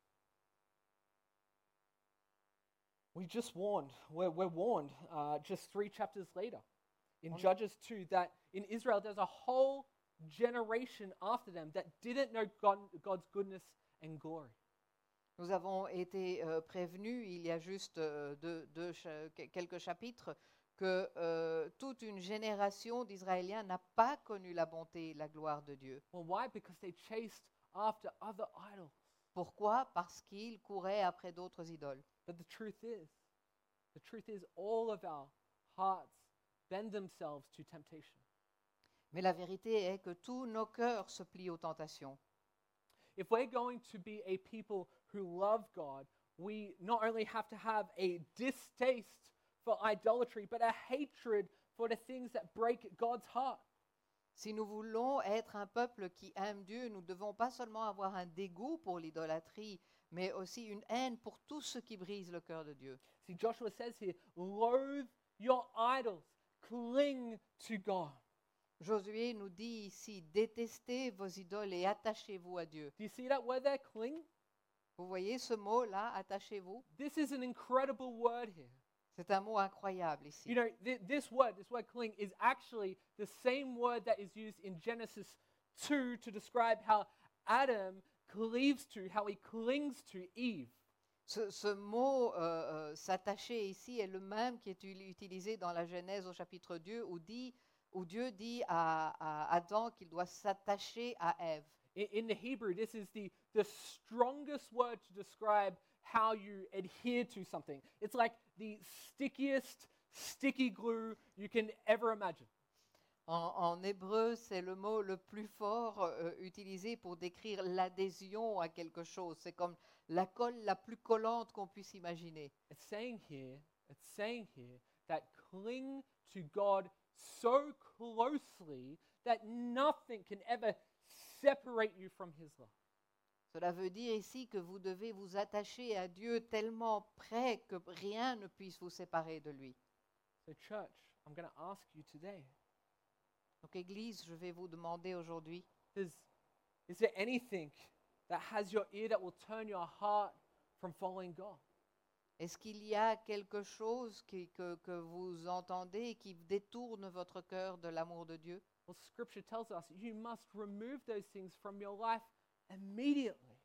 A: We just warned, we're, we're warned uh, just three chapters later in
B: On-
A: Judges 2 that in Israel there's a whole generation after them that didn't know God, God's goodness and glory.
B: Nous avons été euh, prévenus il y a juste euh, deux- deux cha- que- quelques chapitres que euh, toute une génération d'Israéliens n'a pas connu la bonté et la gloire de Dieu.
A: Well, why? Because they chased after other idols.
B: Pourquoi Parce qu'ils couraient après d'autres idoles.
A: But the truth is, the truth is, all of our hearts bend themselves to temptation.
B: Mais la vérité est que tous nos cœurs se plient aux tentations.
A: If we're going to be a people who love God, we not only have to have a distaste for idolatry, but a hatred for the things that break God's heart.
B: Si nous voulons être un peuple qui aime Dieu, nous devons pas seulement avoir un dégoût pour l'idolâtrie, mais aussi une haine pour tout ce qui brise le cœur de Dieu.
A: See, Joshua says here, loathe your idols, cling to God.
B: Josué nous dit ici, détestez vos idoles et attachez-vous à Dieu.
A: Do you see that word there, cling?
B: Vous voyez ce mot-là, attachez-vous
A: This is an incredible word here.
B: C'est un mot incroyable ici.
A: You know, thi- this word, this word cling, is actually the same word that is used in Genesis 2 to describe how Adam cleaves to, how he clings to Eve.
B: Ce, ce mot euh, euh, s'attacher ici est le même qui est ul- utilisé dans la Genèse au chapitre 2 où, dit, où Dieu dit à- à Adam qu'il doit s'attacher à Ève.
A: I- In the Hebrew, this is the, the strongest word to describe how you adhere to something. It's like the stickiest sticky glue you can ever imagine.
B: En, en hébreu, c'est le mot le plus fort euh, utilisé pour décrire l'adhésion à quelque chose. C'est comme la colle la plus collante qu'on puisse imaginer.
A: It's saying here, it's saying here that cling to God so closely that nothing can ever separate you from his love.
B: Cela veut dire ici que vous devez vous attacher à Dieu tellement près que rien ne puisse vous séparer de lui.
A: So church, I'm going to ask you today,
B: Donc Église, je vais vous demander aujourd'hui,
A: is, is there anything that has your ear that will turn your heart from following God?
B: Est-ce qu'il y a quelque chose qui- que, que vous entendez et qui détourne votre cœur de l'amour de Dieu
A: Well, Scripture tells us you must remove those things from your life immediately.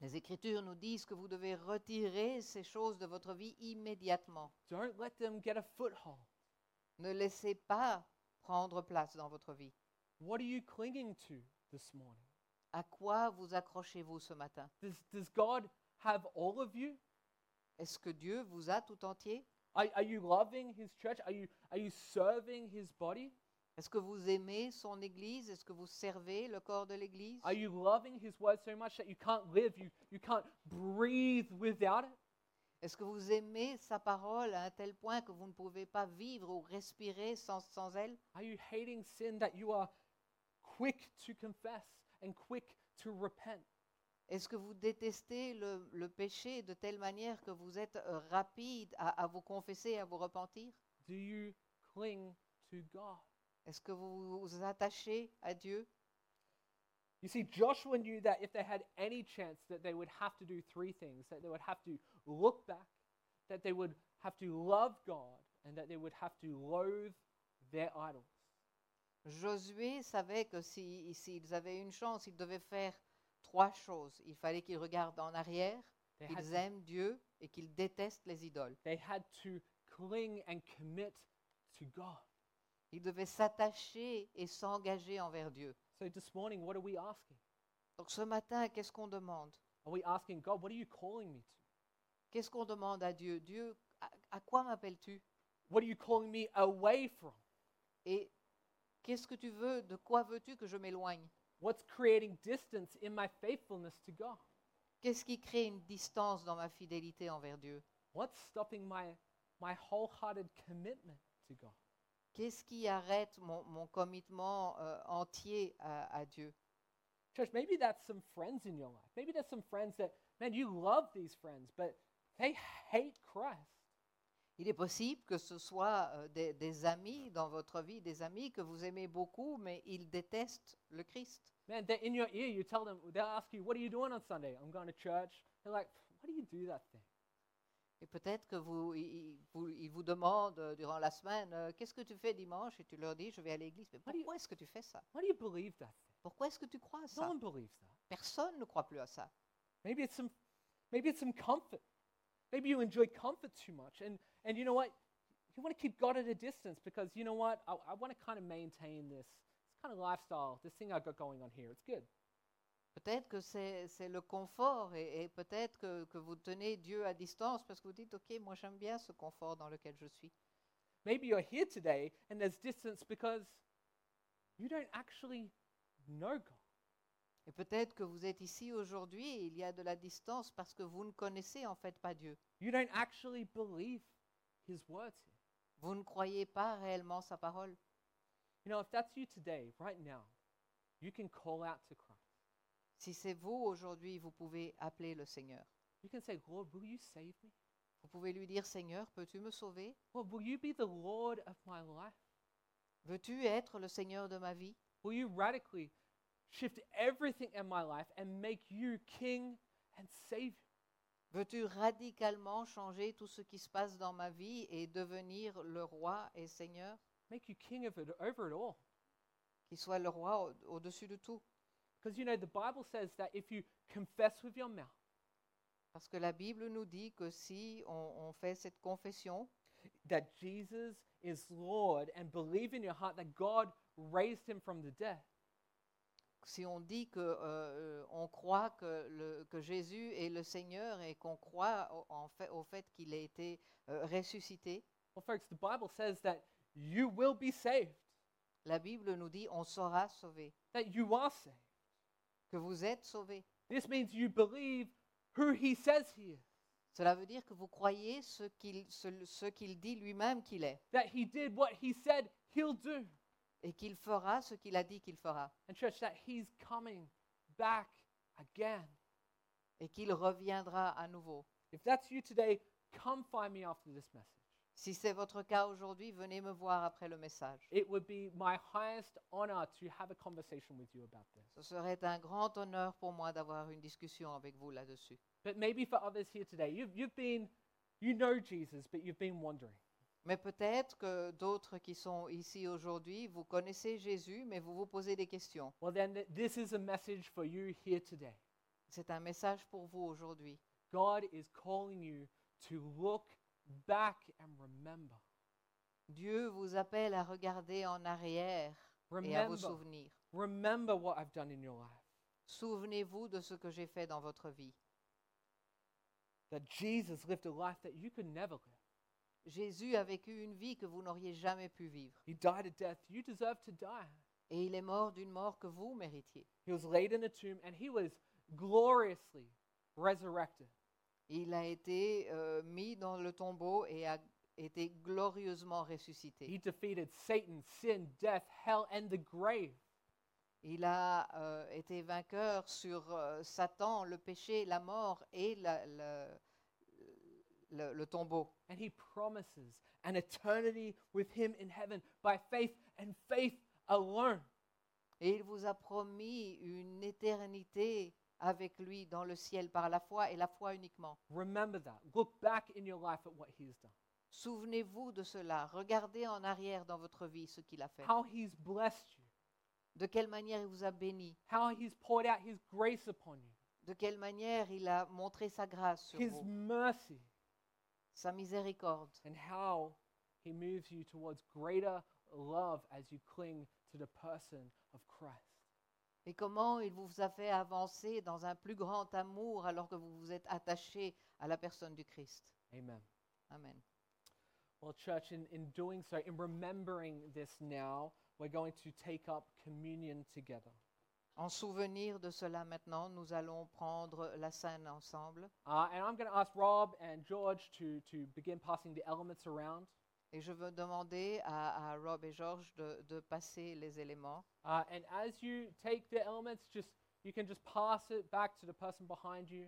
B: Les Écritures nous disent que vous devez retirer ces choses de votre vie immédiatement.
A: Don't let them get a foothold.
B: Ne laissez pas prendre place dans votre vie.
A: What are you clinging to this morning?
B: À quoi vous accrochez-vous ce matin
A: Does, does God have all of you?
B: Est-ce que Dieu vous a tout entier
A: Are, are you loving His church? Are you, are you serving His body?
B: Est-ce que vous aimez son Église Est-ce que vous servez le corps de l'Église
A: Are you loving His word so much that you can't live, you, you can't breathe without it?
B: Est-ce que vous aimez sa parole à un tel point que vous ne pouvez pas vivre ou respirer sans, sans elle
A: Are you hating sin that you are quick to confess and quick to repent?
B: Est-ce que vous détestez le, le péché de telle manière que vous êtes euh, rapide à, à vous confesser, à vous repentir
A: Do you cling to God?
B: Est-ce que vous vous attachez à Dieu
A: You see, Joshua knew that if they had any chance, that they would have to do three things: that they would have to look back, that they would have to love God, and that they would have to loathe their idols.
B: Josué savait que si- s'ils avaient une chance, ils devaient faire trois choses. Il fallait qu'ils regardent en arrière,
A: They had,
B: qu'ils
A: to,
B: aiment Dieu et qu'ils détestent les idoles.
A: they had to cling and commit to God.
B: Ils devaient s'attacher et s'engager envers Dieu.
A: So this morning, what are we asking?
B: Donc ce matin, qu'est-ce qu'on demande
A: Are we asking God, what are you calling me to?
B: Qu'est-ce qu'on demande à Dieu Dieu, à, à quoi m'appelles-tu
A: What are you calling me away from?
B: Et qu'est-ce que tu veux De quoi veux-tu que je m'éloigne
A: What's creating distance in my faithfulness to God?
B: Qu'est-ce qui crée une distance dans ma fidélité envers Dieu
A: What's stopping my, my wholehearted commitment to God?
B: Qu'est-ce qui arrête mon, mon commitment euh, entier à, à Dieu
A: Church, maybe that's some friends in your life. Maybe there's some friends that, man, you love these friends, but they hate Christ.
B: Il est possible que ce soit euh, des, des amis dans votre vie, des amis que vous aimez beaucoup, mais ils détestent le Christ.
A: Man, they're in your ear. You tell them, they'll ask you, what are you doing on Sunday? I'm going to church. They're like, why do you do that thing?
B: Et peut-être que vous, i- i- vous- ils vous demandent euh, durant la semaine, euh, qu'est-ce que tu fais dimanche Et tu leur dis, je vais à l'église. Mais
A: What do you-
B: pourquoi est-ce que tu fais ça
A: Why do you believe that thing?
B: Pourquoi est-ce que tu crois à
A: No
B: ça
A: one believes that.
B: Personne ne croit plus à ça.
A: Maybe it's some, maybe it's some comfort. Maybe you enjoy comfort too much. And, and you know what? You want to keep God at a distance because you know what? I, I want to kind of maintain this, this kind of lifestyle, this thing I've got going on here. It's good.
B: Peut-être que c'est c'est le confort et, et peut-être que, que vous tenez Dieu à distance parce que vous dites, OK, moi j'aime bien ce confort dans lequel je suis.
A: Maybe you're here today and there's distance because you don't actually know God.
B: Et peut-être que vous êtes ici aujourd'hui et il y a de la distance parce que vous ne connaissez en fait pas Dieu.
A: You don't actually believe His words. here.
B: Vous ne croyez pas réellement sa parole.
A: You know, if that's you today, right now, you can call out to Christ.
B: Si c'est vous aujourd'hui, vous pouvez appeler le Seigneur.
A: You can say, Lord, will you save me?
B: Vous pouvez lui dire, Seigneur, peux-tu me sauver
A: Lord, will you be the Lord of my life?
B: Veux-tu être le Seigneur de ma vie
A: Will you radically shift everything in my life and make you King and Savior?
B: Veux-tu radicalement changer tout ce qui se passe dans ma vie et devenir le roi et Seigneur
A: Make you King of it over it all.
B: Qu'il soit le roi au- au-dessus de tout.
A: Because you know, the Bible says that if you confess with your mouth,
B: Parce que la Bible nous dit que si on, on fait cette confession,
A: that Jesus is Lord and believe in your heart that God raised him from the dead,
B: si on dit que euh, on croit que, le- que Jésus est le Seigneur et qu'on croit au, en fait, au fait qu'il a été euh, ressuscité,
A: well, folks, the Bible says that you will be saved,
B: la Bible nous dit on sera sauvé,
A: that you are saved.
B: que vous êtes sauvé.
A: This means you believe who he says he is,
B: Cela veut dire que vous croyez ce qu'il ce- ce qu'il dit lui-même qu'il est.
A: that he did what he said he'll do.
B: et qu'il fera ce qu'il a dit qu'il fera,
A: And, church, that he's coming back again.
B: et qu'il reviendra à nouveau.
A: If that's you today, come find me after this message.
B: Si c'est votre cas aujourd'hui, venez me voir après le message.
A: It would be my highest honor to have a conversation with you about this.
B: Ce serait un grand honneur pour moi d'avoir une discussion avec vous là-dessus.
A: But maybe for others here today, you've, you've been You know Jesus, but you've been wandering.
B: Mais peut-être que d'autres qui sont ici aujourd'hui, vous connaissez Jésus, mais vous vous posez des questions.
A: Well, then th- this is a message for you here today.
B: C'est un message pour vous aujourd'hui.
A: God is calling you to look back and remember.
B: Dieu vous appelle à regarder en arrière et à vous
A: Remember,
B: souvenir.
A: remember what I've done in your life.
B: Souvenez-vous de ce que j'ai fait dans votre vie.
A: That Jesus lived a life that you could never live.
B: Jésus a vécu une vie que vous n'auriez jamais pu vivre.
A: He died a death you deserve to die.
B: Et il est mort d'une mort que vous méritiez.
A: He was laid in a tomb and he was gloriously resurrected.
B: Il a été euh, mis dans le tombeau et a été glorieusement
A: He
B: ressuscité.
A: defeated Satan, sin, death, hell, and the grave.
B: Il a euh, été vainqueur sur euh, Satan, le péché, la mort et la- le- le- le tombeau.
A: And he promises an eternity with him in heaven by faith and faith alone.
B: Et il vous a promis une éternité avec lui dans le ciel par la foi et la foi uniquement.
A: Remember that. Look back in your life at what he's done.
B: Souvenez-vous de cela. Regardez en arrière dans votre vie ce qu'il a fait.
A: How he's blessed you.
B: De quelle manière il vous a béni.
A: How he's poured out his grace upon you.
B: De quelle manière il a montré sa grâce sur
A: His
B: vous.
A: mercy.
B: Sa miséricorde.
A: And how he moves you towards greater love as you cling to the person of Christ.
B: Et comment il vous a fait avancer dans un plus grand amour alors que vous vous êtes attaché à la personne du Christ.
A: Amen.
B: Amen.
A: Well, church, in, in doing so, in remembering this now, we're going to take up communion together.
B: En souvenir de cela maintenant, nous allons prendre la scène ensemble.
A: Uh, and I'm going to ask Rob and George to, to begin passing the elements around.
B: Et je veux demander à, à Rob et George de, de passer les éléments.
A: Uh, and as you take the elements, just you can just pass it back to the person behind you.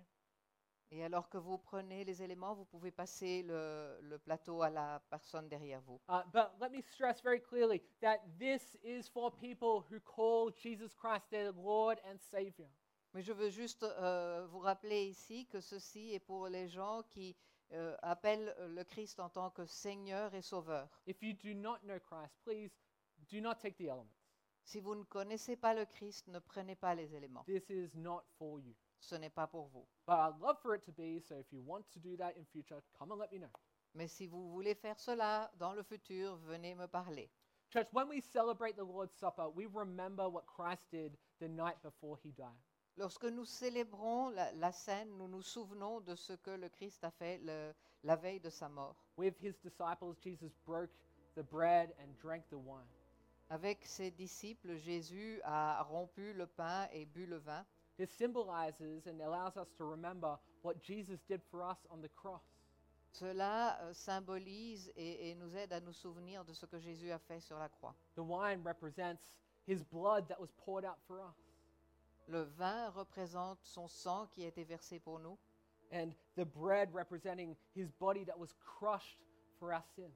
B: Et alors que vous prenez les éléments, vous pouvez passer le, le plateau à la personne derrière vous.
A: Uh, but let me stress very clearly that this is for people who call Jesus Christ their Lord and Savior.
B: Mais je veux juste euh, vous rappeler ici que ceci est pour les gens qui euh, appellent le Christ en tant que Seigneur et Sauveur.
A: If you do not know Christ, please do not take the elements.
B: Si vous ne connaissez pas le Christ, ne prenez pas les éléments.
A: This is not for you.
B: Ce n'est pas pour vous.
A: But I'd love for it to be, so if you want to do that in future, come and let me know.
B: Mais si vous voulez faire cela dans le futur, venez me parler.
A: Church, when we celebrate the Lord's Supper, we remember what Christ did the night before he died.
B: Lorsque nous célébrons la, la scène, nous nous souvenons de ce que le Christ a fait le- la veille de sa mort.
A: With his disciples, Jesus broke the bread and drank the wine.
B: Avec ses disciples, Jésus a rompu le pain et bu le vin.
A: This symbolizes and allows us to remember what Jesus did for us on the cross.
B: Cela euh, symbolise et, et nous aide à nous souvenir de ce que Jésus a fait sur la croix.
A: The wine represents his blood that was poured out for us,
B: Le vin représente son sang qui a été versé pour nous
A: and the bread representing his body that was crushed for our sins.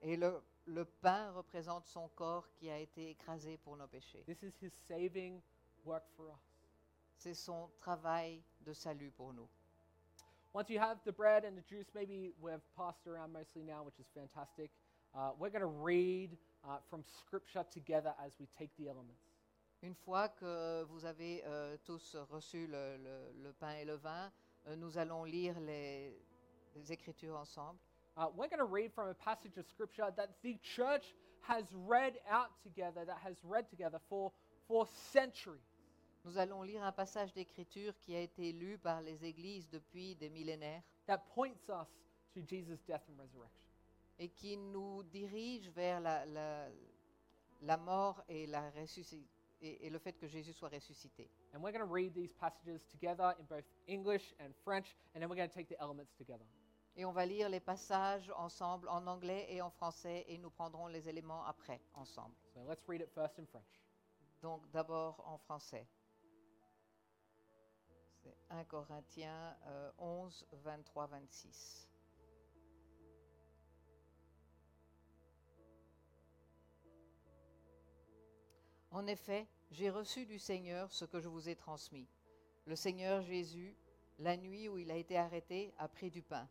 B: et le, le pain représente son corps qui a été écrasé pour nos péchés.
A: This is his saving work for us.
B: C'est son travail de salut pour nous.
A: Once you have the bread and the juice, maybe we've passed around mostly now, which is fantastic. Uh, we're going to read uh, from Scripture together as we take the elements.
B: Une fois que vous avez euh, tous reçu le, le- le pain et le vin, euh, nous allons lire les, les Écritures ensemble.
A: Uh, we're going to read from a passage of Scripture that the church has read out together, that has read together for, for centuries.
B: Nous allons lire un passage d'Écriture qui a été lu par les Églises depuis des millénaires
A: that points us to Jesus' death and resurrection.
B: et qui nous dirige vers la, la- la mort et, la ressusci- et- et le fait que Jésus soit ressuscité.
A: And we're going to read these passages together in both English and French, and then we're going to take the elements together.
B: Et on va lire les passages ensemble en anglais et en français et nous prendrons les éléments après ensemble.
A: So let's read it first in French.
B: Donc d'abord en français. C'est 1 Corinthiens euh, 11, 23, 26. En effet, j'ai reçu du Seigneur ce que je vous ai transmis. Le Seigneur Jésus, la nuit où il a été arrêté, a pris du pain.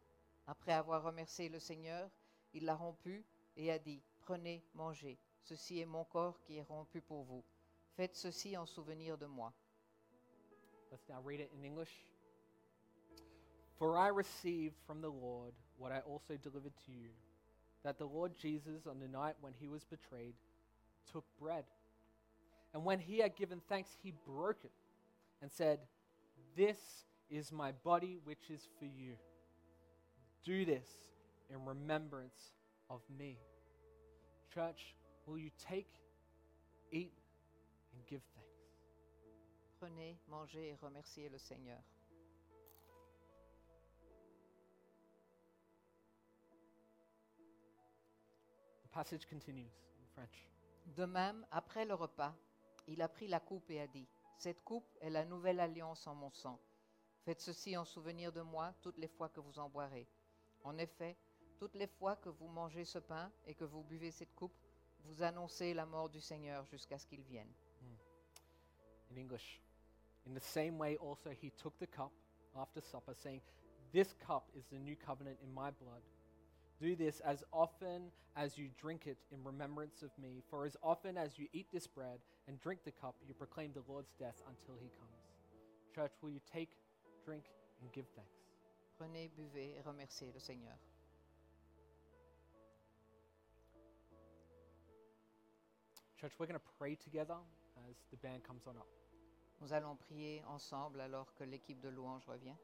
B: Après avoir remercié le Seigneur, il l'a rompu et a dit, Prenez, mangez, ceci est mon corps qui est rompu pour vous. Faites ceci en souvenir de moi.
A: Let's now read it in English. For I received from the Lord what I also delivered to you that the Lord Jesus, on the night when he was betrayed, took bread. And when he had given thanks, he broke it and said, This is my body, which is for you. Do this in remembrance of me. Church, will you take, eat, and give thanks?
B: Prenez, mangez et remerciez le Seigneur.
A: The passage continues in French.
B: De même, après le repas, il a pris la coupe et a dit, Cette coupe est la nouvelle alliance en mon sang. Faites ceci en souvenir de moi toutes les fois que vous en boirez. En effet, toutes les fois que vous mangez ce pain et que vous buvez cette coupe, vous annoncez la mort du Seigneur jusqu'à ce qu'il vienne.
A: in English. In the same way, also, he took the cup after supper, saying, This cup is the new covenant in my blood. Do this as often as you drink it in remembrance of me. For as often as you eat this bread and drink the cup, you proclaim the Lord's death until he comes. Church, will you take, drink, and give thanks?
B: Prenez, buvez et remerciez le Seigneur.
A: Church, we're going to pray together as the band comes on up.
B: Nous allons prier ensemble alors que l'équipe de louange revient.